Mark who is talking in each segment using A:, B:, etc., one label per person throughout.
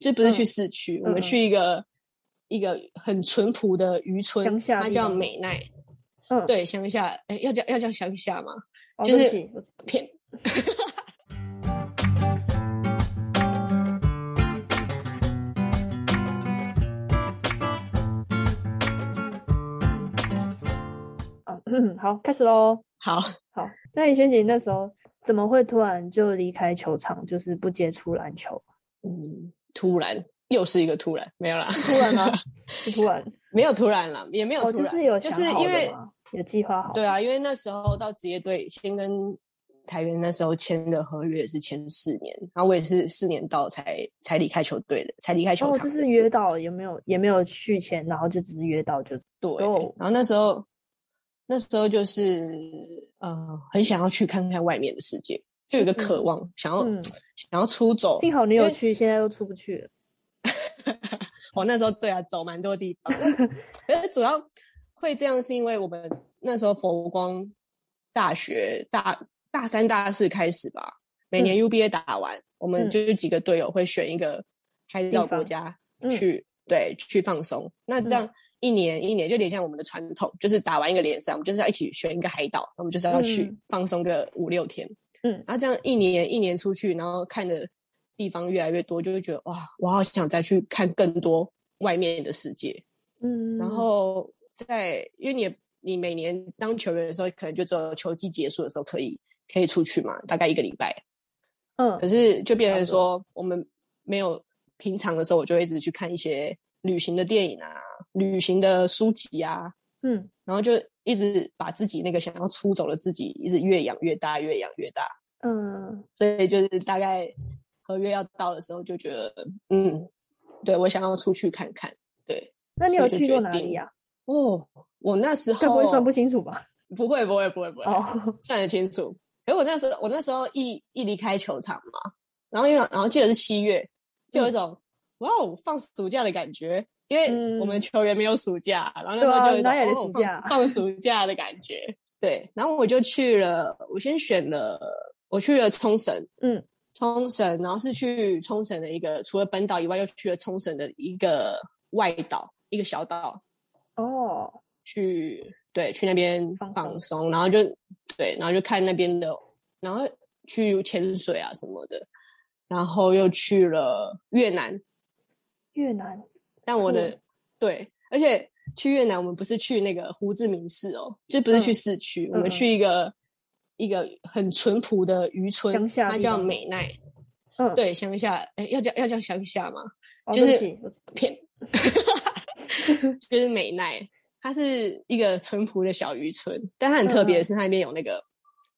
A: 就不是去市区，我
B: 嗯
A: 们
B: 嗯
A: 去一个一个很淳朴的渔村，
B: 乡下
A: 它
B: 地
A: 叫
B: 方
A: 美奈。
B: 嗯
A: 对，乡下，哎，要叫要叫乡下吗？
B: 哦
A: 就
B: 对不
A: 是
B: 起我
A: 偏。
B: 啊，好，开始喽。
A: 好，
B: 好，那李先杰那时候怎么会突然就离开球场，就是不接触篮球？
A: 嗯，突然又是一个突然，没有啦，
B: 突然吗？ 是突然？
A: 没有突然啦，也没有
B: 哦，
A: 突
B: 就
A: 然，
B: 是有
A: 就
B: 想
A: 是
B: 好
A: 因为
B: 的吗？有计划好？
A: 对，啊，因为那时候到职业队，先跟台原那时候签的合约是签四年，然后我也是四年到才才离开球队的，才离开球
B: 哦，
A: 场。
B: 就是约到，也没有也没有续签，然后就只是约到就
A: 对，
B: 哦
A: 然后那时候那时候就是呃，很想要去看看外面的世界，就有一个渴望，想要、
B: 嗯
A: 想要出走。
B: 幸好你
A: 因
B: 有
A: 为
B: 去，现在都出不去了。
A: 我那时候对啊，走蛮多地方，但是主要会这样是因为我们那时候佛光大学大大三、大四开始吧，每年 UBA 打完，我们
B: 嗯
A: 就是几个队友会选一个海岛国家
B: 地方嗯嗯
A: 去、对去放松。那这样一年一年就有点像我们的传统，就是打完一个联赛，我们就是要一起选一个海岛，我们就是要去
B: 嗯
A: 放松个五六天。
B: 嗯
A: 然后这样一年一年出去，然后看的地方越来越多，就会觉得哇，我好想再去看更多外面的世界。
B: 嗯，
A: 然后在因为你也你每年当球员的时候，可能就只有球季结束的时候可以可以出去嘛，大概一个礼拜。
B: 嗯
A: 可是就变成说，我们没有平常的时候，我就会一直去看一些旅行的电影啊、旅行的书籍啊，
B: 嗯，
A: 然后就一直把自己那个想要出走的自己，一直越养越大，越养越大。
B: 嗯，
A: 所以就是大概合约要到的时候，就觉得嗯，对我想要出去看看。对
B: 那你有
A: 所以就
B: 去过
A: 决
B: 哪里
A: 定
B: 呀、
A: 哦，我那时候
B: 该不会算不清楚吧？
A: 不会不会不会不会
B: 哦，
A: 算得清楚。哎，我那时候我那时候一一离开球场嘛，然后因为然后记得是七月，就有一种、哇哦放暑假的感觉，因为
B: 嗯
A: 我们球员没有暑假，然后那时候就有一种、
B: 对啊哪有
A: 哦
B: 暑假
A: 放放暑假的感觉。对，然后我就去了，我先选了，我去了冲绳，
B: 嗯，
A: 冲绳，然后是去冲绳的一个除了本岛以外，又去了冲绳的一个外岛，一个小岛，
B: 哦，
A: 去对去那边
B: 放
A: 放松，然后就对，然后就看那边的，然后去潜水啊什么的，然后又去了越南。
B: 越南，
A: 但我的、
B: 嗯
A: 对，而且去越南我们不是去那个胡志明市哦，就不是去
B: 嗯
A: 市区，我
B: 嗯
A: 们
B: 嗯
A: 去一个一个很淳朴的渔村，
B: 乡下
A: 它
B: 地
A: 叫
B: 方
A: 美奈。
B: 嗯，
A: 对，乡下，哎，要叫要叫乡下吗？
B: 哦，
A: 就
B: 对不
A: 是
B: 起，我
A: 骗，就是美奈，它是一个淳朴的小渔村，但它很特别的是，它那边有那个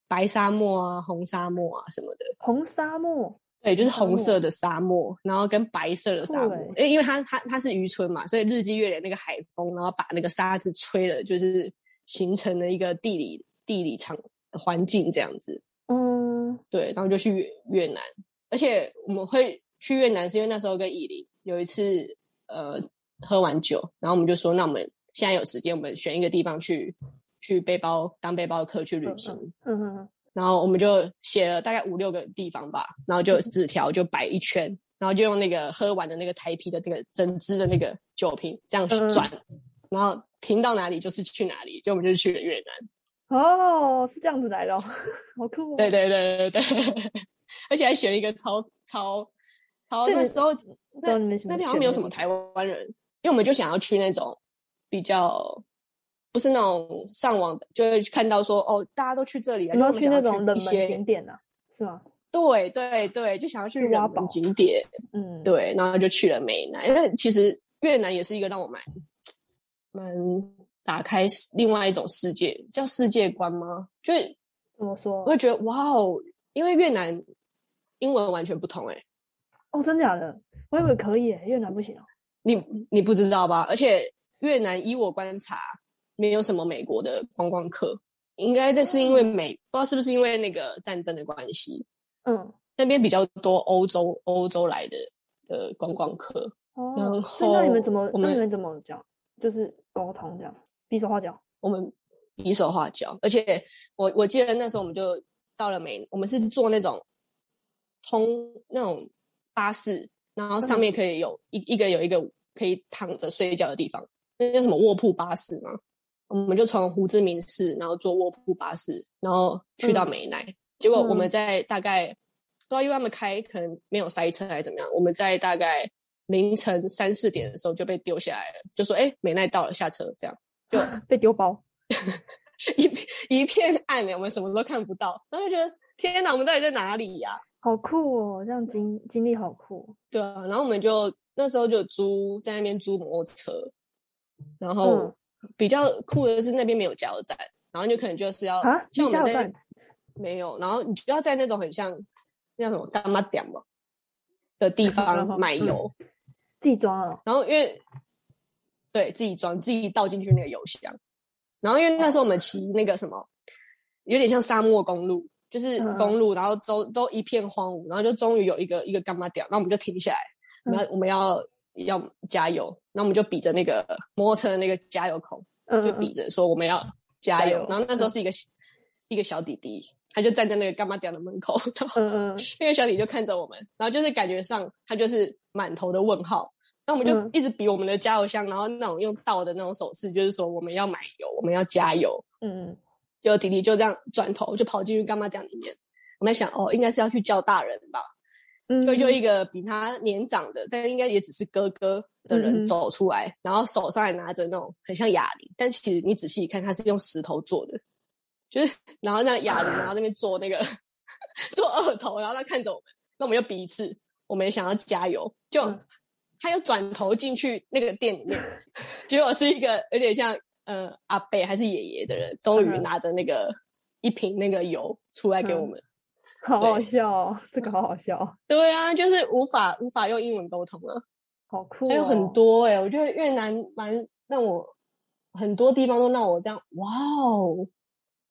A: 白沙漠啊、红沙漠啊什么的，
B: 红沙漠，
A: 对，就是
B: 沙漠
A: 红色的沙漠，然后跟白色的沙漠
B: 酷，
A: 因因为它它它是渔村嘛，所以日积月累那个海风，然后把那个沙子吹了，就是形成了一个地理地理场环境这样子。
B: 嗯
A: 对，然后就去越越南，而且我们会去越南是因为那时候跟以琳有一次呃喝完酒，然后我们就说，那我们现在有时间，我们选一个地方去去背包当背包客去旅行。
B: 嗯嗯嗯，
A: 然后我们就写了大概五六个地方吧，然后
B: 嗯
A: 就纸条就摆一圈，然后就用那个喝完的那个台啤的那个整支的那个酒瓶这样去
B: 嗯
A: 转，然后停到哪里就是去哪里，就我们就去了越南。
B: 哦，是这样子来的、哦，好酷、哦。
A: 对，对对对对，而且还选一个超超超
B: 这
A: 那
B: 你
A: 时候那
B: 那你们什么
A: 那边好像没有什
B: 选
A: 么
B: 的
A: 台湾人，因为我们就想要去那种比较不是那种上网就会去看到说哦，大家都去这里啊，
B: 你
A: 就
B: 要
A: 我们
B: 去
A: 想
B: 那
A: 要
B: 种冷
A: 一
B: 门
A: 些
B: 景点啊，是吗？
A: 对对对，就想要去
B: 去
A: 热
B: 挖
A: 门
B: 宝
A: 景点，
B: 嗯，，
A: 对，然后就去了美南，因为其实越南也是一个让我蛮蛮打开另外一种世界，叫世界观吗？就是
B: 怎么说
A: 我？会觉得哇哦，因为越南英文完全不同哎、
B: 哦，真假的？我以为可以耶，越南不行哦。
A: 你你不知道吧？而且越南依我观察，没有什么美国的观光客，应该这是因为美不知道是不是因为那个战争的关系，
B: 嗯，
A: 那边比较多欧洲欧洲来的的观光客。
B: 哦，
A: 然
B: 那那你
A: 后
B: 们怎么？
A: 我
B: 那你
A: 们
B: 们怎么讲？就是沟通这样，比手画脚。
A: 我们比手画脚，而且我我记得那时候我们就到了美，我们是坐那种通那种巴士，然后上面可以有一一个人有一个可以躺着睡觉的地方，那叫什么卧铺巴士嘛。我们就从胡志明市，然后坐卧铺巴士，然后去到美奈。结果我们在大概不知道因为他们开可能没有塞车还是怎么样，我们在大概凌晨三四点的时候就被丢下来了，就说：“哎、美奈到了，下车。”这样就
B: 被 丢包，
A: 一一片暗了，我们什么都看不到，然后就觉得天哪，我们到底在哪里呀、
B: 好酷哦！这样经经历好酷，
A: 对啊，然后我们就那时候就租在那边租摩托车，然
B: 嗯
A: 后比较酷的是那边没有加油站，然后你就可能就是要
B: 啊，
A: 像我
B: 加
A: 们
B: 油
A: 在
B: 站
A: 没有，然后你就要在那种很像那叫什么干妈点 嘛的地
B: 然后嗯
A: 方买油，
B: 自己装哦，
A: 然后因为对自己装自己倒进去那个油箱，然后因为那时候我们骑那个什么，有点像沙漠公路，就是
B: 嗯
A: 公路，然后周都一片荒芜，然后就终于有一个一个干妈点，然后我们就停下来，我
B: 嗯
A: 们要、我们要要加油，然后我们就比着那个摩托车的那个加油口，
B: 嗯
A: 就
B: 嗯
A: 比着说我们要加油，
B: 加油嗯
A: 然后那时候是一个、一个小弟弟，他就站在那个干妈点的门口， 然后
B: 嗯嗯嗯，
A: 那个小姐就看着我们，然后就是感觉上她就是满头的问号。那我们就
B: 嗯
A: 一直比我们的加油箱，然后那种用倒的那种手势，就是说我们要买油，我们要加油。
B: 嗯嗯，
A: 结果弟弟就这样转头就跑进去干妈店里面。我在想，哦，应该是要去叫大人吧。
B: 嗯
A: 就就一个比他年长的，但应该也只是哥哥的
B: 嗯哼
A: 人走出来，然后手上还拿着那种很像哑铃，但其实你仔细一看，它是用石头做的，就是然后那哑铃，然后那边做那个 做二头，然后他看着我们，那我们就比一次，我们也想要加油，就、
B: 嗯
A: 他又转头进去那个店里面， 结果是一个有点像呃阿伯还是爷爷的人，终于
B: 嗯哼
A: 拿着那个一瓶那个油出来给我
B: 嗯
A: 们。
B: 好好
A: 对
B: 笑哦，这个好好笑，
A: 对啊，就是无法无法用英文沟通了。啊
B: 好酷、哦，
A: 还有很多哎、我觉得越南蛮让我很多地方都让我这样，哇哦，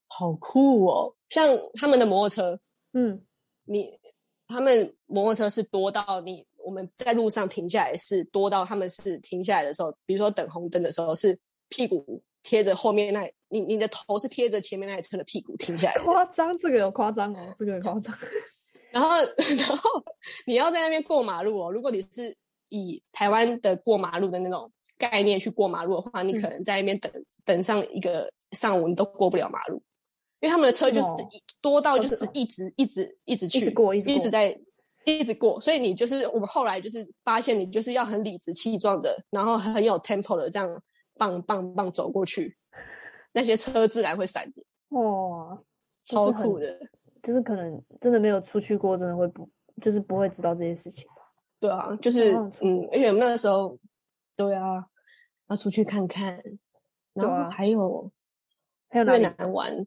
A: 好酷哦！像他们的摩托车，
B: 嗯，
A: 你他们摩托车是多到你我们在路上停下来是多到他们是停下来的时候，比如说等红灯的时候是屁股贴着后面那，你你的头是贴着前面那台车的屁股停下来的，
B: 夸张，这个有夸张
A: 嗯
B: 哦，这个有 夸张，
A: 然后然后你要在那边过马路哦。如果你是以台湾的过马路的那种概念去过马路的话，你
B: 嗯
A: 可能在那边等、等上一个上午，你都过不了马路，因为他们的车就是
B: 哦
A: 一多到
B: 哦
A: 就是是
B: 哦
A: 一直一直一直去，
B: 直过一直过
A: 在一直过，所以你就是我们后来就是发现，你就是要很理直气壮的，然后很有 tempo 的这样棒棒棒走过去，那些车自然会闪你，
B: 哇，就
A: 超
B: 是很
A: 酷的。
B: 哦就是可能真的没有出去过，真的会不就是不会知道这些事情。
A: 对啊，就是
B: 然后出
A: 嗯，而且我们那个时候，对啊，要出去看看，然
B: 对啊
A: 后还有
B: 还有哪
A: 越
B: 里？
A: 南玩，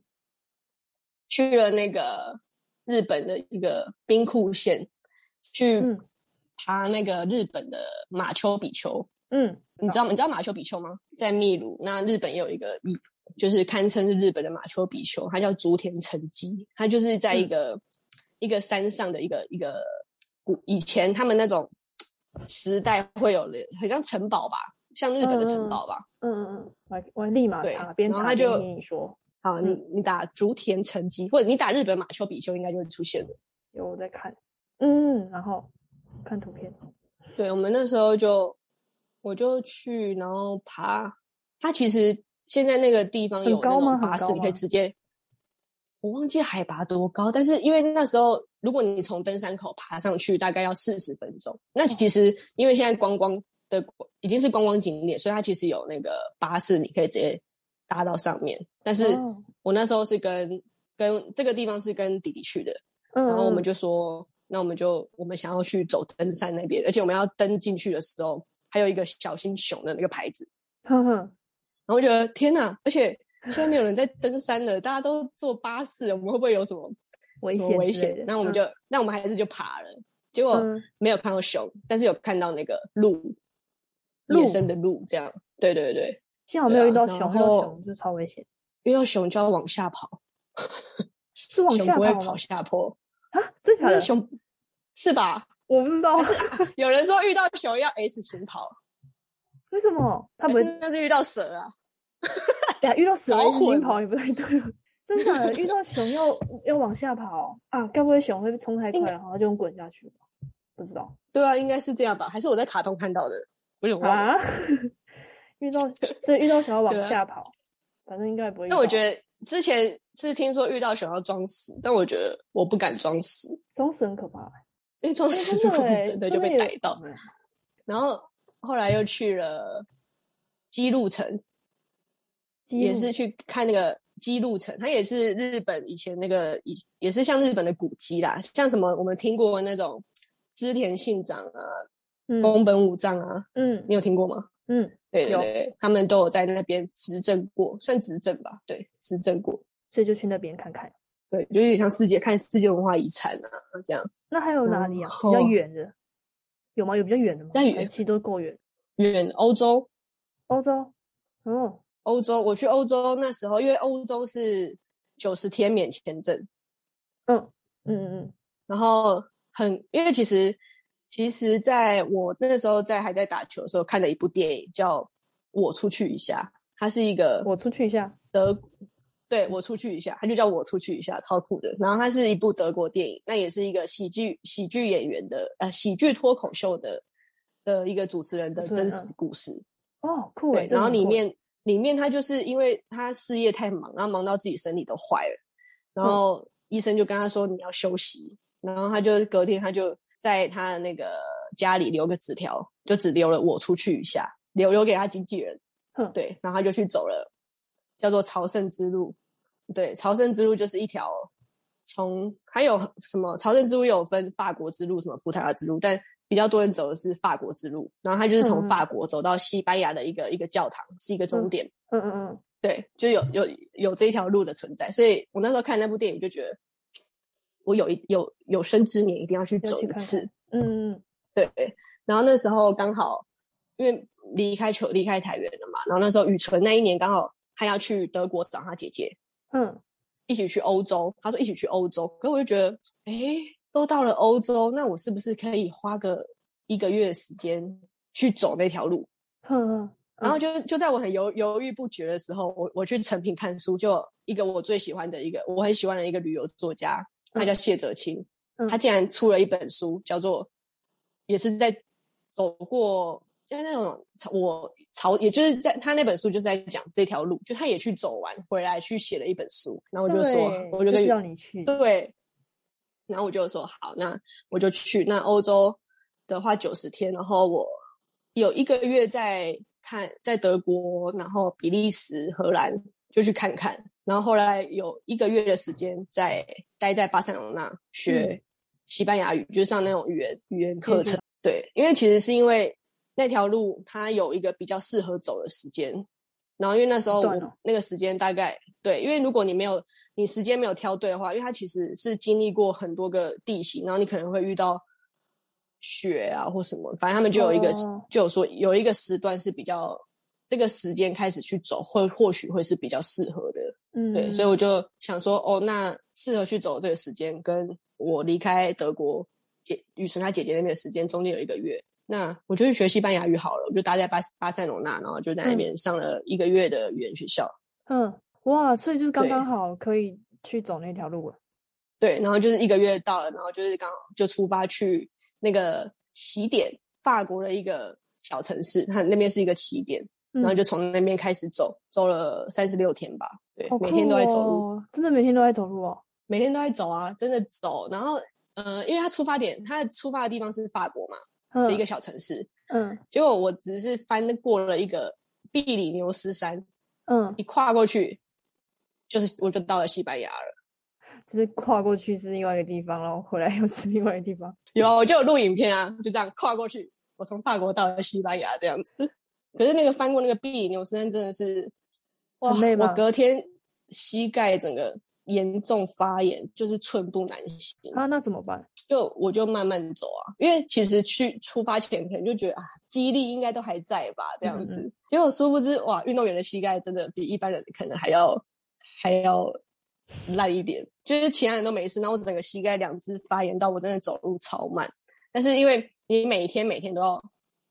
A: 去了那个日本的一个兵库县，去
B: 嗯
A: 爬那个日本的马丘比丘。
B: 嗯，
A: 你知道你知道马丘比丘吗？在秘鲁，那日本也有一个
B: 嗯
A: 一就是堪称是日本的马丘比丘，它叫竹田城基，它就是在
B: 嗯
A: 一个、一个山上的一个一个古以前他们那种时代会有的，很像城堡吧，像日本的城堡吧。
B: 嗯嗯嗯，我还我还立马
A: 对
B: 查，边
A: 然后
B: 查
A: 他
B: 边
A: 就
B: 听你说，
A: 好，你
B: 嗯
A: 你打竹田城基，或者你打日本马丘比丘，应该就会出现的。
B: 有我在看，嗯，然后看图片，
A: 对我们那时候就我就去，然后爬。它其实现在那个地方
B: 很
A: 有那
B: 高吗
A: 种
B: 很
A: 巴士，
B: 高
A: 你可以
B: 吗
A: 直接。我忘记海拔多高，但是因为那时候如果你从登山口爬上去，大概要四十分钟。那其
B: 嗯
A: 实因为现在观光的已经是观光景点，所以它其实有那个巴士，你可以直接搭到上面。但是
B: 哦
A: 我那时候是跟跟这个地方是跟弟弟去的，
B: 嗯，
A: 然后我们
B: 嗯
A: 就说，那我们就我们想要去走登山那边，而且我们要登进去的时候，还有一个小心熊的那个牌子，
B: 哼哼，
A: 然后我觉得天哪，而且现在没有人在登山了，大家都坐巴士，我们会不会有什么
B: 危
A: 什么
B: 险
A: 危
B: 之类
A: 险
B: 的？
A: 那我们
B: 嗯
A: 就、那我们还是就爬了，结果
B: 嗯
A: 没有看到熊，但是有看到那个鹿，
B: 鹿
A: 野生的鹿，这样，对对对，
B: 幸好没
A: 对
B: 有遇
A: 啊
B: 到
A: 然
B: 熊，遇到
A: 后
B: 熊就超危险，
A: 遇到熊就要往下跑，
B: 是往
A: 熊
B: 下
A: 不会
B: 跑
A: 跑
B: 吗
A: 下坡，
B: 啊？真
A: 因
B: 假
A: 为
B: 的？
A: 熊是吧？
B: 我不知道
A: 还，是、啊、有人说遇到熊要 S 型跑，
B: 为什么他
A: 还
B: 不会
A: 是？那是遇到蛇啊？
B: 呀，遇到蛇
A: 搞
B: 已经
A: 混
B: 跑也不太对了。 真假的？遇到熊要要往下跑啊？该不会熊会冲太
A: 应
B: 快，
A: 该
B: 然后就滚下去吧？不知道
A: 对啊，应该是这样吧？还是我在卡通看到的？我有点忘了。
B: 啊。 运动所以运动想 要
A: 对啊
B: 往下跑，反正应该也不会遇到。
A: 但我觉得之前是听说遇到熊要装死，但我觉得我不敢装死，
B: 装死很可 怕欸，
A: 因为装
B: 哎
A: 死
B: 真
A: 如
B: 的
A: 果你
B: 欸
A: 真的
B: 真
A: 就
B: 的
A: 被
B: 有
A: 逮到。
B: 嗯
A: 然后后来又去了姬路城，
B: 激
A: 也
B: 怒
A: 是去看那个姬路城，它也是日本以前那个以也是像日本的古迹啦，像什么我们听过的那种织田信长啊、
B: 嗯
A: 宫本武藏啊，
B: 嗯
A: 你有听过吗？
B: 嗯，
A: 对对
B: 有
A: 对，他们都有在那边执政过，算执政吧，对，执政过。
B: 所以就去那边看看。
A: 对，就有点像世界看世界文化遗产啊，这样
B: 那还有哪
A: 然
B: 里啊？比较
A: 后
B: 远的有吗？有比较远的吗？
A: 但
B: 还
A: 远
B: 其实都够远。
A: 远欧洲，
B: 欧洲，哦，
A: 欧洲我去欧洲那时候，因为欧洲是九十天免签证，
B: 嗯嗯嗯
A: 然后很因为其实其实在我那时候在还在打球的时候看了一部电影叫《我出去一下》，它是一个
B: 嗯，我出去一下。
A: 德，对我出去一下，他就叫我出去一下，超酷的。然后它是一部德国电影，那也是一个喜剧喜剧演员的呃喜剧脱口秀的的一个主持人的
B: 主持人
A: 真实故事。
B: 哦，酷
A: 对
B: 诶，，这
A: 然后
B: 很
A: 里
B: 酷
A: 面里面他就是因为他事业太忙，然后忙到自己身体都坏了，
B: 嗯
A: 然后医生就跟他说你要休息，然后他就隔天他就在他的那个家里留个纸条，就只留了我出去一下，留留给他经纪人
B: 哼，
A: 对，然后他就去走了，叫做朝圣之路，对，朝圣之路就是一条。从还有什么朝圣之路有分法国之路、什么葡萄牙之路，但比较多人走的是法国之路。然后他就是从
B: 嗯嗯
A: 法国走到西班牙的一个一个教堂，是一个终点。
B: 嗯嗯嗯，
A: 对，就有有有这一条路的存在。所以我那时候看那部电影就觉得，我有一有有生之年一定要去
B: 要
A: 走
B: 去
A: 一
B: 看
A: 次。
B: 看。嗯嗯
A: 对，然后那时候刚好因为离开球离开台原了嘛，然后那时候雨纯那一年刚好他要去德国找他姐姐，
B: 嗯，
A: 一起去欧洲，他说一起去欧洲，可我就觉得，哎，都到了欧洲，那我是不是可以花个一个月的时间去走那条路？
B: 哼哼，
A: 然后就就在我很犹犹豫不决的时候，我我去成品看书，就一个我最喜欢的一个我很喜欢的一个旅游作家，他叫谢哲青，
B: 嗯
A: 他竟然出了一本书，叫做也是在走过，就是那种朝我朝，也就是在他那本书就是在讲这条路，就他也去走完回来去写了一本书，然后我就说，
B: 对
A: 我就跟
B: 是要你
A: 嗯
B: 去，
A: 对，然后我就说好，那我就去。那欧洲的话九十天，然后我有一个月在看，在德国，然后比利时、荷兰就去看看。然后后来有一个月的时间在待在巴塞罗那学西班牙语，就上那种语言嗯语言课程。对，因为其实是因为那条路它有一个比较适合走的时间，然后因为那时候
B: 段
A: 我
B: 哦
A: 那个时间大概对，因为如果你没有你时间没有挑对的话，因为它其实是经历过很多个地形，然后你可能会遇到雪啊或什么，反正他们就有一个、
B: 哦
A: 就有说有一个时段是比较这个时间开始去走，会或许会是比较适合的。
B: 嗯，
A: 对，所以我就想说，哦，那适合去走这个时间，跟我离开德国姐雨纯她姐姐那边的时间中间有一个月，那我就去学西班牙语好了，我就待在巴巴塞罗那，然后就在那边上了一个月的语言学校。
B: 嗯，哇，所以就是刚
A: 对
B: 刚好可以去走那条路了。
A: 对，然后就是一个月到了，然后就是刚好就出发去那个起点，法国的一个小城市，它那边是一个起点，
B: 然
A: 然后就从那边开始走，走了三十六天吧。对，
B: 好
A: 每天都在走路。
B: 酷哦，真的每天都在走路哦。
A: 每天都在走啊，真的走。然后，呃，因为他出发点，他的出发的地方是法国嘛，
B: 嗯
A: 的一个小城市。
B: 嗯
A: 结果我只是翻过了一个比里牛斯山，
B: 嗯，
A: 一跨过去，就是我就到了西班牙了。
B: 就是跨过去是另外一个地方，然后回来又是另外一个地方。
A: 有啊，我就有录影片啊，就这样跨过去，我从法国到了西班牙这样子。可是那个翻过那个比里牛斯山真的是，哇！
B: 很累
A: 我
B: 吗
A: 隔天膝盖整个严重发炎，就是寸步难行。
B: 啊，那怎么办？
A: 就我就慢慢走啊，因为其实去出发前可能就觉得啊，肌力应该都还在吧，这样子。
B: 嗯
A: 结果殊不知，哇，运动员的膝盖真的比一般人可能还要还要烂一点，就是其他人都没事，然后我整个膝盖两只发炎到我真的走路超慢。但是因为你每天每天都要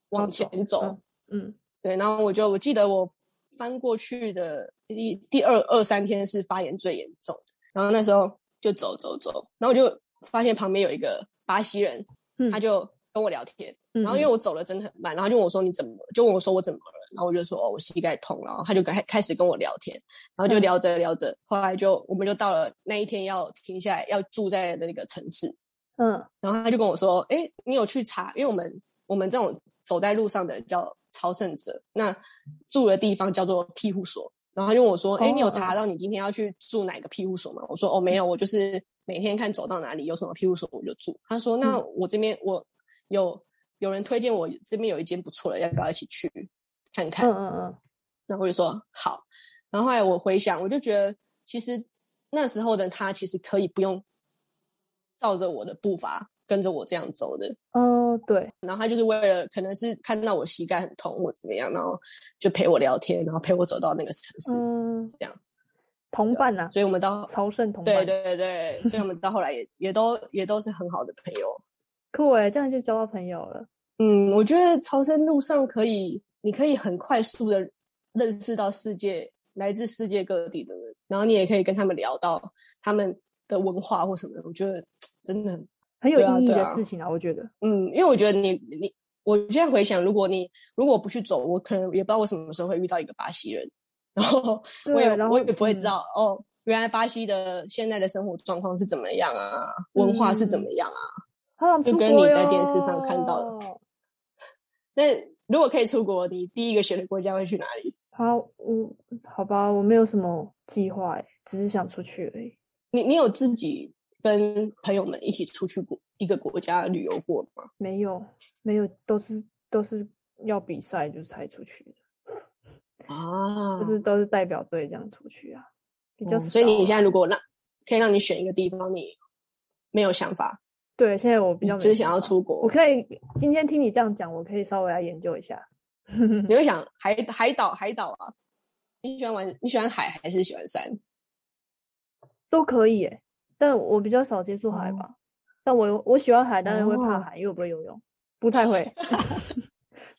A: 往前
B: 要
A: 走，
B: 嗯
A: 对，然后我就我记得我翻过去的第第二二三天是发炎最严重的，然后那时候就走走走，然后我就发现旁边有一个巴西人，
B: 嗯，
A: 他就跟我聊天，
B: 嗯
A: 然后因为我走的真的很慢，然后他就问我说你怎么了，就问我说我怎么了，然后我就说哦我膝盖痛，然后他就开开始跟我聊天，然后就
B: 嗯
A: 聊着聊着，后来就我们就到了那一天要停下来要住在的那个城市，
B: 嗯
A: 然后他就跟我说：“哎、你有去查？因为我们我们这种走在路上的人叫朝圣者，那住的地方叫做庇护所。”然后他就问我说：“哎、
B: 哦
A: 你有查到你今天要去住哪个庇护所吗？”我说：“哦，没有，我就是每天看走到哪里有什么庇护所我就住。”他说：“那我这边我有有人推荐我这边有一间不错的，要不要一起去看看？”
B: 嗯嗯嗯，
A: 然后我就说好。然后后来我回想，我就觉得其实那时候的他其实可以不用照着我的步伐跟着我这样走的。
B: 哦对，
A: 然后他就是为了可能是看到我膝盖很痛或怎么样，然后就陪我聊天，然后陪我走到那个城市。
B: 嗯，
A: 这样
B: 同伴呐、
A: 所以我们到
B: 朝圣同伴，
A: 对对对，所以我们到后来也也都也都是很好的朋友。
B: 酷哎，这样就交到朋友了。
A: 嗯，我觉得朝圣路上可以，你可以很快速的认识到世界来自世界各地的人，然后你也可以跟他们聊到他们的文化或什么的。我觉得真的很，
B: 很有
A: 对啊
B: 意义
A: 对
B: 的
A: 啊
B: 事情啊，我觉得。
A: 嗯，因为我觉得你你，我现在回想，如果你如果不去走，我可能也不知道我什么时候会遇到一个巴西人，然后我
B: 对
A: 也
B: 然后
A: 我也不会知
B: 嗯
A: 道、哦，原来巴西的现在的生活状况是怎么样啊，文化是
B: 嗯
A: 怎么样啊。
B: 好想
A: 就
B: 出
A: 跟
B: 国
A: 你在电视上看到的
B: 哟。
A: 那如果可以出国，你第一个选的国家会去哪里？
B: 好，嗯，好吧，我没有什么计划欸，只是想出去而已。
A: 你你有自己跟朋友们一起出去过一个国家旅游过吗？
B: 没有，没有，都是都是要比赛就是才出去的，
A: 啊
B: 就是都是代表队这样出去啊，比较少啊、
A: 嗯所以你现在如果让可以让你选一个地方，你没有想法，
B: 对现在我比
A: 你
B: 较
A: 就
B: 没
A: 是
B: 想
A: 想要
B: 法，
A: 出国
B: 我，可以今天听你这样讲，我可以稍微来研究一下。
A: 你会想海海岛海岛啊？你喜欢玩你喜欢海还是喜欢山？
B: 都可以诶，但我比较少接触海
A: 哦
B: 吧。但我有我喜欢海，但是会
A: 哦
B: 怕海，因为我不会游泳，不 太会，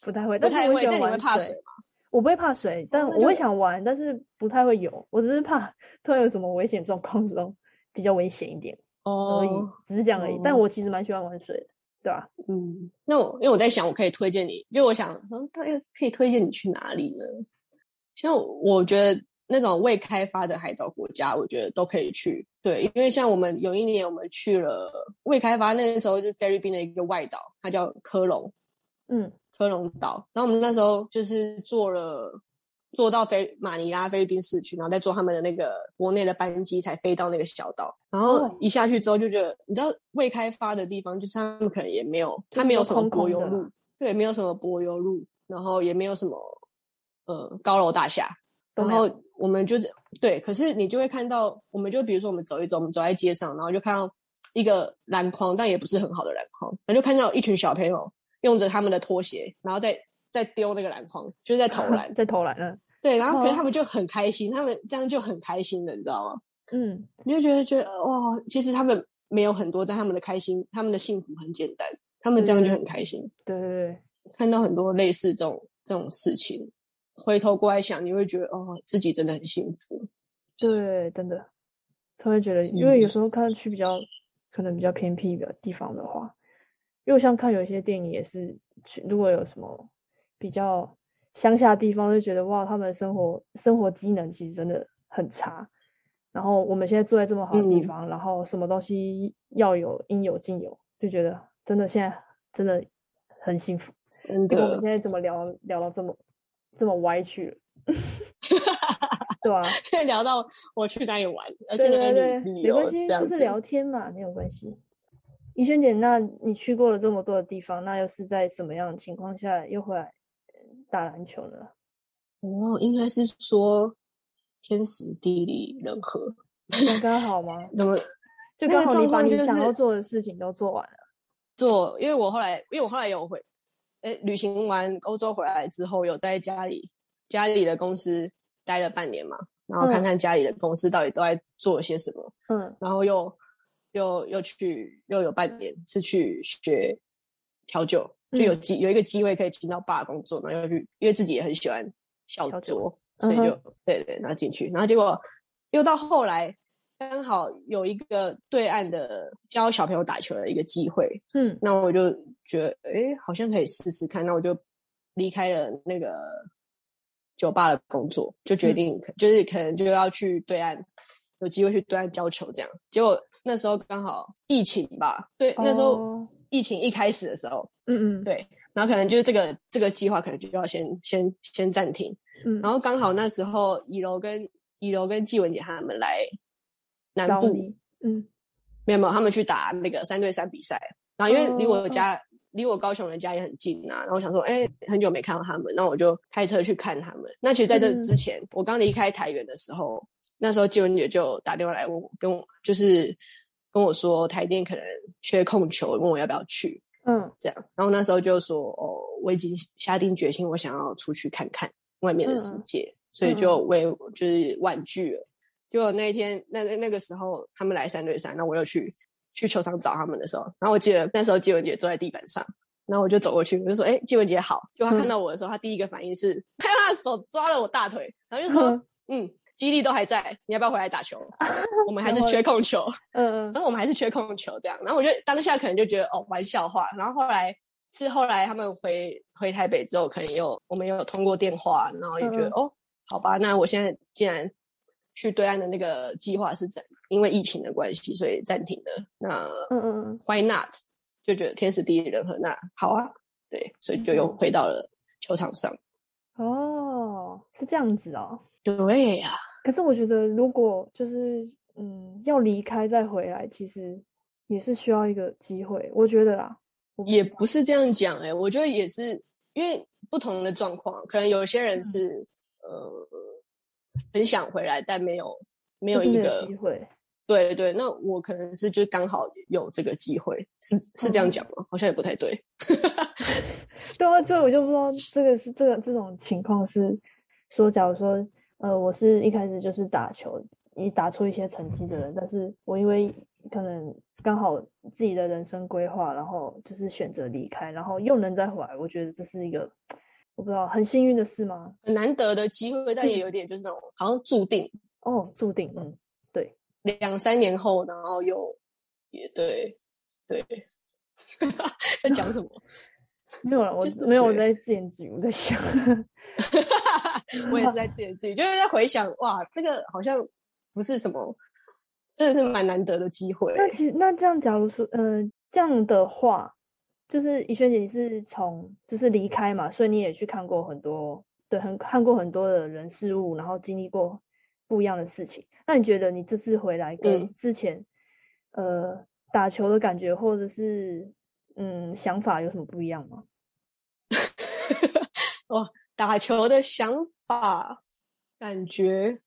B: 不太会。
A: 不
B: 但是
A: 太
B: 我
A: 会
B: 喜，
A: 那
B: 欢
A: 你会
B: 玩
A: 怕
B: 水
A: 水？吗？哦
B: 我不会怕水，但
A: 那
B: 我会
A: 就
B: 想玩，但是不太会游。我只是怕突然有什么危险状况的时候比较危险一点而已，
A: 哦，
B: 只是这样而已。但
A: 哦
B: 我其实蛮喜欢玩水的，对吧、
A: 嗯，那我因为我在想，我可以推荐你，就我想，嗯，大概可以推荐你去哪里呢？像我我觉得那种未开发的海岛国家，我觉得都可以去。对，因为像我们有一年我们去了未开发，那个时候是菲律宾的一个外岛，它叫科隆
B: 嗯，
A: 科隆岛。然后我们那时候就是坐了坐到菲马尼拉菲律宾市区，然后再坐他们的那个国内的班机才飞到那个小岛。然后
B: 哦
A: 一下去之后就觉得，你知道未开发的地方，就是他们可能也没有，
B: 就
A: 它
B: 是
A: 没
B: 都
A: 有什么
B: 空
A: 柏
B: 空
A: 油
B: 的啊
A: 路
B: 啦，
A: 对，没有什么柏油路，然后也没有什么呃高楼大厦，
B: 都
A: 然
B: 没有
A: 后我们就对，可是你就会看到，我们就比如说我们走一走，我们走在街上，然后就看到一个篮筐，但也不是很好的篮筐，然后就看到一群小朋友用着他们的拖鞋，然后再再丢那个篮筐，就是在投 篮。
B: 在投篮呢。
A: 对，然后可
B: 哦
A: 是他们就很开心，他们这样就很开心了，你知道吗？
B: 嗯，
A: 你就觉得觉得哇，其实他们没有很多，但他们的开心，他们的幸福很简单，他们这样就很开心。
B: 对对对，
A: 看到很多类似这种这种事情，回头过来想，你会觉得哦，自己真的很幸福。
B: 对，真的，突然觉得，因为
A: 嗯
B: 有时候看去比较可能比较偏僻的地方的话，因为我像看有些电影也是去，如果有什么比较乡下地方，就觉得哇，他们的生活生活机能其实真的很差。然后我们现在住在这么好的地
A: 嗯
B: 方，然后什么东西要有应有尽有，就觉得真的现在真的很幸福。
A: 真
B: 结果我们
A: 的，
B: 现在怎么聊聊到这么这么 歪去了？ 对啊，
A: 聊到我去哪里玩，呃，去
B: 对
A: 哪
B: 对
A: 里
B: 对，
A: 旅
B: 没
A: 游，
B: 关系，
A: 这样
B: 就
A: 子
B: 是聊天嘛，没有关系。怡萱姐，那你去过了这么多的地方，那又是在什么样的情况下又回来呃打篮球呢？
A: 哦，应该是说天时地利人和，
B: 刚刚好吗？
A: 怎么
B: 就
A: 那
B: 刚
A: 个
B: 好
A: 状
B: 你把
A: 况
B: 你
A: 就
B: 想要
A: 是
B: 做的事情都做完了。
A: 做，因为我后来，因为我后来有回，诶，旅行完欧洲回来之后，有在家里家里的公司待了半年嘛，然后看
B: 嗯
A: 看家里的公司到底都在做些什么，
B: 嗯，
A: 然后又又又去又有半年是去学调酒，就有
B: 嗯
A: 机、有一个机会可以进到爸工作，然后又去，因为自己也很喜欢小
B: 小
A: 酌，所以
B: 嗯哼
A: 就、对对，然后进去，然后结果又到后来刚好有一个对岸的教小朋友打球的一个机会，
B: 嗯
A: 那我就觉得，哎，好像可以试试看。那我就离开了那个酒吧的工作，就决定、就是可能就要去对岸，有机会去对岸教球这样。结果那时候刚好疫情吧，对，那时候
B: 哦
A: 疫情一开始的时候，
B: 嗯嗯，
A: 对，然后可能就是这个这个计划可能就要先先先暂停。
B: 嗯，
A: 然后刚好那时候以柔跟以柔跟纪文姐他们来南
B: 找
A: 部，
B: 你，嗯
A: 没有没有，他们去打那个三对三比赛。然后因为离
B: 哦
A: 我家、离我高雄的家也很近啊，然后我想说，哎、很久没看到他们，那我就开车去看他们。那其实在这
B: 嗯
A: 之前，我刚离开台原的时候，那时候纪文姐就打电话来问我，跟我就是跟我说台电可能缺控球，问我要不要去
B: 嗯
A: 这样。然后那时候就说，哦，我已经下定决心，我想要出去看看外面的世
B: 嗯
A: 界，所以就我也就是婉拒了。结果那一天，那那那个时候他们来三对三，那我又去去球场找他们的时候，然后我记得那时候纪文姐坐在地板上，然后我就走过去，我就说：“哎、纪文姐好。”就她看
B: 嗯
A: 到我的时候，她第一个反应是 看到她的手抓了我大腿，然后就说：“嗯，肌力都还在，你要不要回来 打球？我们还是
B: 然后
A: 缺控球。”
B: 嗯
A: 然
B: 嗯，
A: 后我们还是缺控球这样，然后我就当下可能就觉得哦玩笑话，然后后来是后来他们回回台北之后，可能有我们有通过电话，然后也觉得
B: 嗯
A: 哦好吧，那我现在既然去对岸的那个计划是暂因为疫情的关系，所以暂停的，那
B: 嗯嗯嗯
A: why not 就觉得天时地利人和，那好啊，对，所以就又回到了球场上。
B: 哦，是这样子哦。
A: 对呀、
B: 可是我觉得，如果就是嗯要离开再回来，其实也是需要一个机会，我觉得啦。我
A: 也
B: 知道
A: 不是这样讲哎、我觉得也是因为不同的状况，可能有些
B: 嗯
A: 人是、呃很想回来，但没有没有
B: 就是
A: 一
B: 没有
A: 个
B: 机会，
A: 对对，那我可能是就刚好有这个机会，是是这
B: 嗯
A: 样讲吗？好像也不太对。
B: 对啊，这我就不知道这个是这个这种情况是说，假如说呃，我是一开始就是打球，你打出一些成绩的人，但是我因为可能刚好自己的人生规划，然后就是选择离开，然后又能再回来，我觉得这是一个我不知道很幸运的事吗？
A: 很难得的机会，但也
B: 嗯
A: 有点就是那种好像注定
B: 哦，注定，嗯，
A: 两三年后，然后又也对对， 在讲什么？
B: 没有了，我
A: 就是
B: 没有我
A: 对
B: 在自言自语，我在想，
A: 我也是在自言自语，就是在回想，哇，这个好像不是什么，真的是蛮难得的机会。
B: 那其实那这样，假如说，嗯、这样的话，就是怡萱姐，你是从就是离开嘛，所以你也去看过很多，对，很看过很多的人事物，然后经历过不一样的事情。那你觉得你这次回来跟
A: 嗯
B: 之前，呃，打球的感觉或者是嗯想法有什么不一样吗？
A: 打球的想法，感觉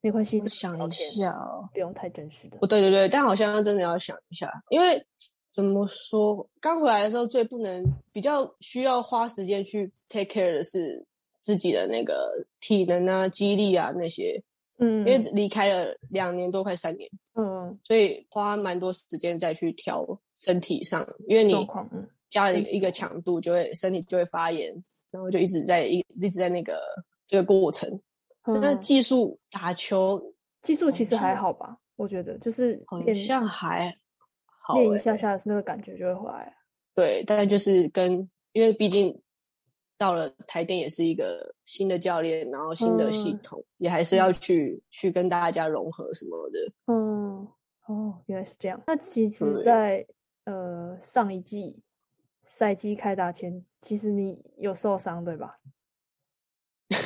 B: 没关系，
A: 我
B: 这是
A: 想
B: 聊
A: 一
B: 天，
A: 下哦，
B: 不用太真实的
A: 不。对对对，但好像真的要想一下，因为怎么说，刚回来的时候最不能比较需要花时间去 take care 的是自己的那个体能啊、肌力啊那些，
B: 嗯，
A: 因为离开了两年多，快三年。
B: 嗯
A: 所以花蛮多时间再去调身体上，因为
B: 状
A: 你
B: 况，嗯
A: 加了
B: 身体
A: 一个强度，就会身体就会发炎，然后就一直在一一直在那个这个过程。那
B: 嗯，
A: 技术打球
B: 技术其
A: 好
B: 实还
A: 像
B: 好吧，我觉得就是
A: 好
B: 练
A: 像还好、
B: 练
A: 欸
B: 一下下那个感觉就会回来。
A: 对，但就是跟因为毕竟到了台电也是一个新的教练，然后新的系
B: 嗯
A: 统，也还是要去去跟大家融合什么的。
B: 嗯，哦，原来是这样。那其实
A: 对
B: 在，呃上一季赛季开打前，其实你有受伤对吧？但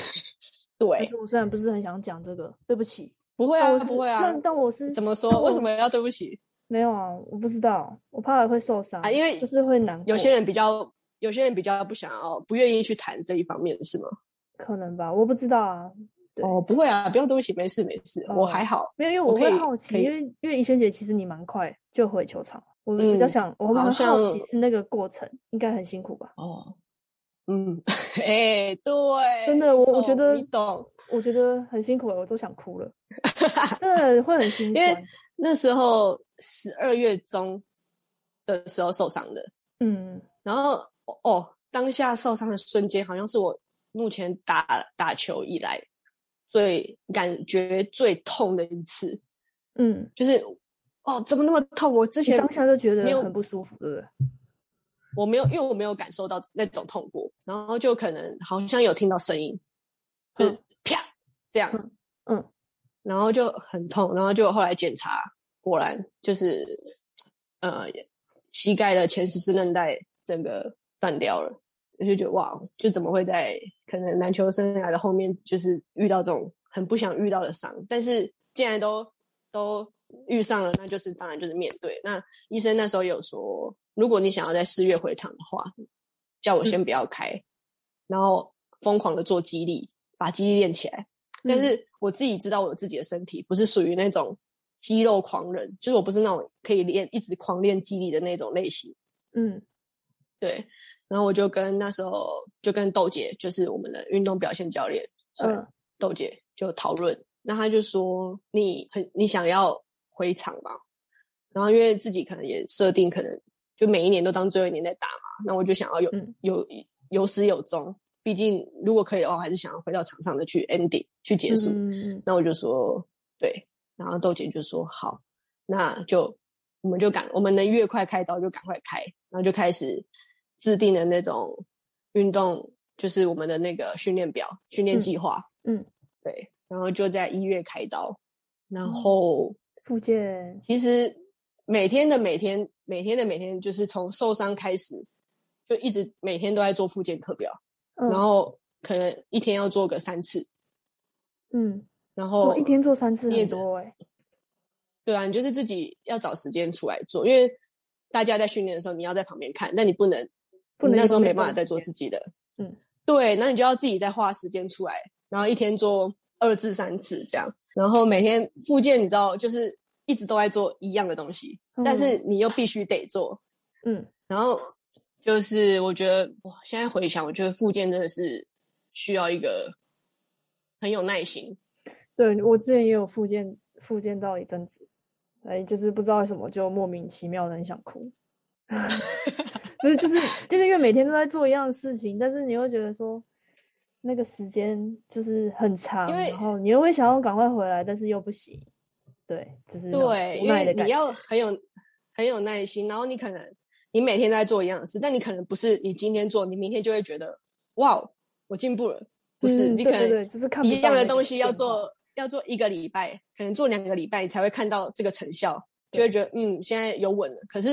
A: 对，
B: 是我虽然不是很想讲这个，对不起。
A: 不会
B: 但
A: 啊，
B: 我是嗯
A: 不会啊
B: 但。但我是
A: 怎么
B: 但
A: 说？
B: 我
A: 为什么要对不起？
B: 没有啊？我不知道，我怕会受伤
A: 啊因为
B: 就是会难
A: 有
B: 过
A: 些人比较，有些人比较不想要，不愿意去谈这一方面，是吗？
B: 可能吧，我不知道啊。对
A: 哦，不会啊，不用对不起，没事没事，
B: 哦
A: 我还好。
B: 没有，因为
A: 我
B: 我
A: 可
B: 会
A: 以
B: 好奇，
A: 可以
B: 因为因为怡萱姐其实你蛮快就回球场了，我比较
A: 嗯
B: 想，我很
A: 好
B: 好奇
A: 像
B: 是那个过程应该很辛苦吧？
A: 哦，嗯， 哎、对，
B: 真的，我我觉
A: 懂
B: 得
A: 你懂。
B: 我觉得很辛苦了，我都想 哭了，真的会很心
A: 因为
B: 酸。
A: 那时候十二月中的时候受伤的，
B: 嗯，
A: 然后哦，当下受伤的瞬间，好像是我目前打打球以来最感觉最痛的一次。
B: 嗯，
A: 就是哦，怎么那么痛？我之
B: 你
A: 前
B: 当下就觉得
A: 没有
B: 很不舒服，对不对？
A: 我没有，因为我没有感受到那种痛过，然后就可能好像有听到声音，就是
B: 嗯
A: 啪这样，
B: 嗯，
A: 然后就很痛，然后就后来检查，果然就是呃膝盖的前十字韧带整个断掉了，我就觉得哇，就怎么会在可能篮球生涯的后面就是遇到这种很不想遇到的伤，但是既然都都遇上了，那就是当然就是面对。那医生那时候有说，如果你想要在四月回场的话，叫我先不要开，然后疯狂的做肌力，把肌力练起来。但是我自己知道我自己的身体不是属于那种肌肉狂人，就是我不是那种可以练一直狂练肌力的那种类型。
B: 嗯
A: 对，然后我就跟那时候就跟豆姐，就是我们的运动表现教练，
B: 嗯
A: 嗯，豆姐就讨论，那她就说你很你想要回场嘛，然后因为自己可能也设定可能就每一年都当最后一年在打嘛，那我就想要有、
B: 嗯
A: 有有始有终，毕竟如果可以的话，我还是想要回到场上的去 ending 去结束。
B: 嗯
A: 那我就说对，然后豆姐就说好，那就我们就赶，我们能越快开刀就赶快开，然后就开始制定的那种运动，就是我们的那个训练表、训练
B: 嗯
A: 计划，
B: 嗯，
A: 对，然后就在一月开刀，
B: 哦
A: 然后。
B: 附件，
A: 其实每天的每天，每天的每天，就是从受伤开始，就一直每天都在做复健课表，
B: 嗯
A: 然后可能一天要做个三次，
B: 嗯，
A: 然
B: 我
A: 后
B: 一天做三次
A: 你也
B: 很
A: 只
B: 多哎，
A: 对啊，你就是自己要找时间出来做，因为大家在训练的时候，你要在旁边看，但你不能，
B: 不能
A: 你那
B: 一
A: 时候
B: 直被
A: 没办
B: 动
A: 法再
B: 时
A: 做
B: 间
A: 自己的，
B: 嗯，
A: 对，那你就要自己再花时间出来，然后一天做二至三次这样，然后每天复健，你知道，就是一直都在做一样的东西，但是你又必须得做，
B: 嗯
A: 然后就是我觉得哇，现在回想，我觉得复健真的是需要一个很有耐心，
B: 对我之前也有复健，复健到一阵子，哎，就是不知道为什么就莫名其妙的很想哭， 不是，就是就是因为每天都在做一样的事情，但是你又觉得说那个时间就是很长，
A: 为
B: 然后你又会想要赶快回来，但是又不行，对，就是那种
A: 对，
B: 无
A: 因
B: 奈的
A: 为
B: 感
A: 你
B: 觉，
A: 要很有很有耐心，然后你可能你每天都在做一样的事，但你可能不是你今天做，你明天就会觉得哇，哦我进步了，不是、
B: 嗯
A: 你可
B: 对
A: 能
B: 对对就是看不
A: 一
B: 到
A: 样的
B: 那个
A: 东西要
B: 变化
A: 做要做一个礼拜，可能做两个礼拜，你才会看到这个成效，就会觉得嗯，现在有稳了。可是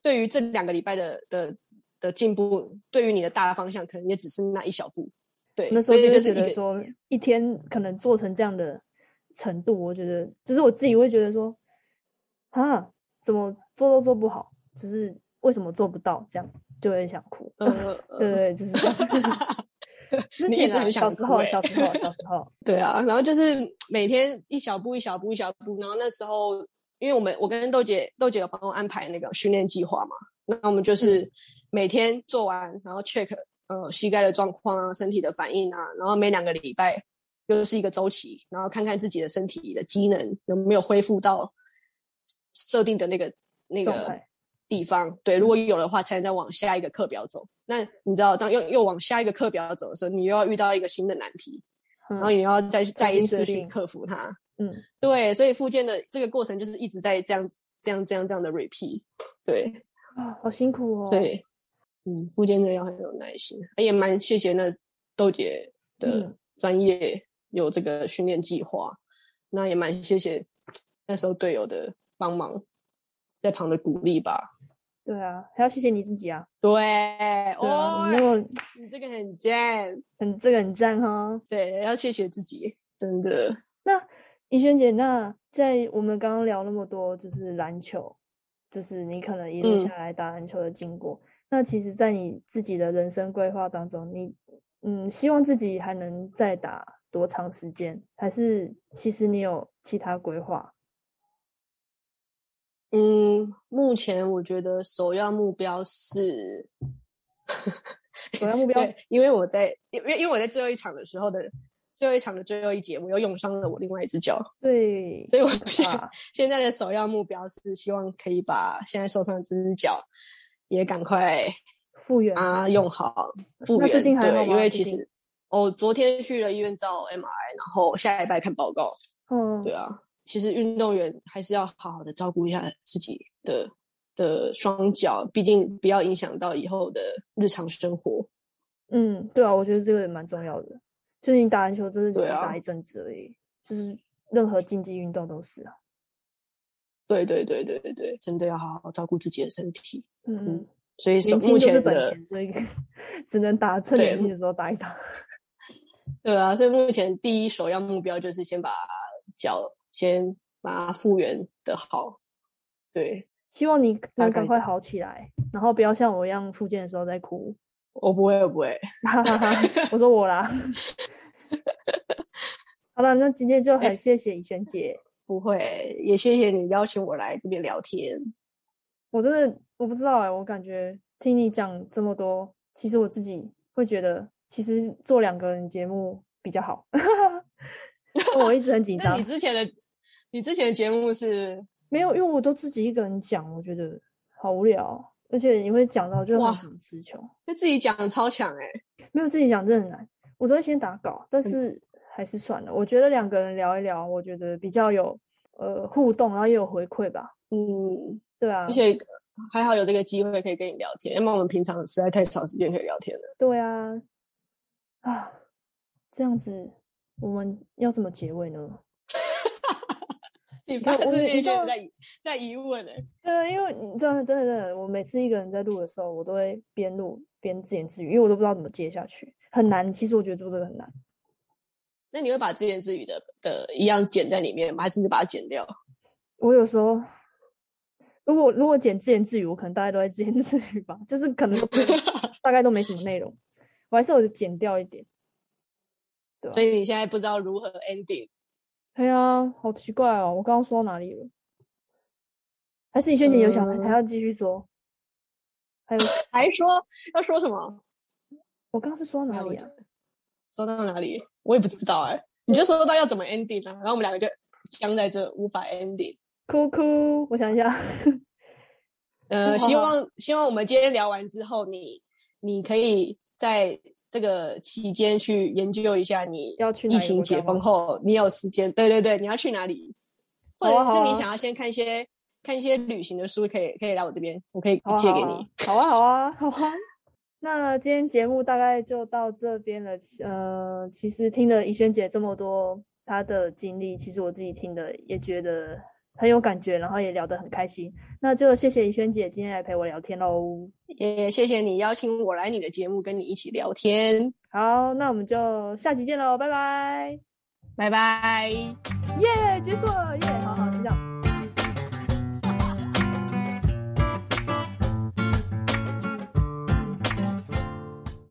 A: 对于这两个礼拜的的的进步，对于你的大方向，可能也只是那一小步。对，
B: 那时
A: 所
B: 候
A: 以
B: 就
A: 就
B: 会
A: 是
B: 觉
A: 一
B: 得
A: 个
B: 说，一天可能做成这样的程度，我觉得就是我自己会觉得说，啊，怎么做都做不好，就是为什么做不到，这样就会想哭。
A: 呃， 呃
B: 对对，就是这样。 之
A: 你一
B: 前
A: 直
B: 啊
A: 很
B: 小
A: 想
B: 时
A: 哭
B: 候，
A: 欸
B: 小时候，小时 候，
A: 对啊，然后就是每天一小步一小步一小步，然后那时候因为我们我跟豆姐豆姐有帮我安排那个训练计划嘛，那我们
B: 嗯
A: 就是每天做完，然后 check 呃膝盖的状况啊、身体的反应啊，然后每两个礼拜又是一个周期，然后看看自己的身体的机能有没有恢复到设定的那个那
B: 状
A: 个
B: 态嗯
A: 地方。对，如果有的话，才能再往下一个课表走。那你知道，当又又往下一个课表走的时候，你又要遇到一个新的难题，然后
B: 嗯
A: 你要再去再一次的
B: 适
A: 去
B: 应
A: 克服它。
B: 嗯，
A: 对，所以复健的这个过程就是一直在这样、这样、这样、这样的 repeat。对，
B: 啊，好辛苦哦。
A: 所以，嗯，复健真的要很有耐心，也蛮谢谢那豆姐的
B: 嗯
A: 专业有这个训练计划，那也蛮谢谢那时候队友的帮忙，在旁的鼓励吧。
B: 对啊，还要谢谢你自己啊。
A: 对，
B: 对啊，
A: 哦
B: 你，那么
A: 你这个很赞，
B: 很这个很赞哦哈。
A: 对，要谢谢自己，真的。
B: 那怡萱姐，那在我们刚刚聊那么多，就是篮球，就是你可能一路
A: 嗯
B: 下来打篮球的经过。那其实，在你自己的人生规划当中，你嗯，希望自己还能再打多长时间？还是其实你有其他规划？
A: 嗯，目前我觉得首要目标是，
B: 首要目标
A: 对，因为我在，因为因为我在最后一场的时候的最后一场的最后一节，我又用伤了我另外一只脚，
B: 对，
A: 所以我
B: 很可
A: 现在
B: 怕
A: 现在的首要目标是希望可以把现在受伤的这只脚也赶快
B: 复原
A: 啊用好复
B: 那
A: 原。
B: 最近还好
A: 对，因
B: 吗
A: 为
B: 最
A: 其
B: 近
A: 实我、哦、昨天去了医院照 MRI，然后下礼拜看报告。
B: 嗯
A: 对，啊，其实运动员还是要好好的照顾一下自己的的双脚，毕竟不要影响到以后的日常生活。
B: 嗯，对啊，我觉得这个也蛮重要的。就是你打篮球，真的只
A: 对
B: 是
A: 啊
B: 打一阵子而已，就是任何竞技运动都是啊。
A: 对对对对对对，真的要好好照顾自己的身体。
B: 嗯嗯，
A: 所以
B: 年
A: 手
B: 轻
A: 目
B: 就
A: 前
B: 是本
A: 的
B: 钱，所以 只能打趁年
A: 对
B: 轻的时候打一打。
A: 对啊，所以目前第一首要目标就是先把脚先把它复原的好。对，
B: 希望你
A: 大
B: 能赶
A: 概
B: 快
A: 是
B: 好起来，然后不要像我一样复健的时候在哭。
A: 我不会，我不会。
B: 哈 哈哈，我说我啦。好了，那今天就
A: 哎
B: 很谢谢怡璇姐，
A: 不会，也谢谢你邀请我来这边聊天。
B: 我真的我不知道哎、我感觉听你讲这么多，其实我自己会觉得，其实做两个人节目比 较好。 我一直很紧
A: 那
B: 张
A: 你，之前的你之前的节目是
B: 没有，因为我都自己一个人讲，我觉得好无聊哦，而且你会讲到就
A: 哇
B: 很想词穷。
A: 那自己讲的超强哎、欸，
B: 没有自己讲真的很难，我都会先打稿，但是还是算了。我觉得两个人聊一聊，我觉得比较有呃互动，然后也有回馈吧。
A: 嗯，
B: 对啊
A: 而，且还好有这个机会可以跟你聊天，要不然我们平常实在太少时间可以聊天了。
B: 对啊，啊，这样子我们要怎么结尾呢？
A: 你
B: 看
A: 发
B: 我
A: 自
B: 们
A: 内
B: 你知
A: 心
B: 道
A: 地在疑在疑问哎、
B: 对啊，因为你真的真的真的，我每次一个人在录的时候，我都会边录边自言自语，因为我都不知道怎么接下去，很难。其实我觉得做这个很难。
A: 那你会把自言自语的的一样剪在里面吗？还是你就把它剪掉？
B: 我有时候，如果如果剪自言自语，我可能大概都在自言自语吧，就是可能都 不会大概都没什么内容，我还是有剪掉一点。对啊
A: 所以你现在不知道如何 ending。
B: 哎呀，好奇怪哦，我刚刚说到哪里了？还是你轩姐有想、还
A: 嗯
B: 要继续说？还有，
A: 还说要说什么？
B: 我刚刚是说到
A: 没
B: 哪
A: 有我
B: 里
A: 觉
B: 啊？
A: 得说到哪里？我也不知道哎、你就说到要怎么 ending 啊，然后我们两个就僵在这，无法 ending。
B: 哭哭，我想一下，
A: 呃，
B: 嗯
A: 希
B: 好好
A: 望希望我们今天聊完之后，你你可以在这个期间去研究一下你
B: 要去哪
A: 疫
B: 里
A: 情
B: 国家
A: 解封
B: 吗
A: 后，你有时间，对对对，你要去哪里，或
B: 好啊
A: 者是
B: 好
A: 你
B: 啊
A: 想要先看一些看一些旅行的书，可以可以来我这边，我可以
B: 好啊
A: 借
B: 好
A: 给
B: 啊
A: 你。
B: 好啊，好啊， 好啊。那今天节目大概就到这边了。其呃，其实听了怡萱姐这么多她的经历，其实我自己听的也觉得很有感觉，然后也聊得很开心。那就谢谢怡萱姐今天来陪我聊天喽。
A: 也谢谢你邀请我来你的节目，跟你一起聊天，
B: 好，那我们就下期见喽，拜拜。
A: 拜拜。
B: 耶、结束了，耶、好好。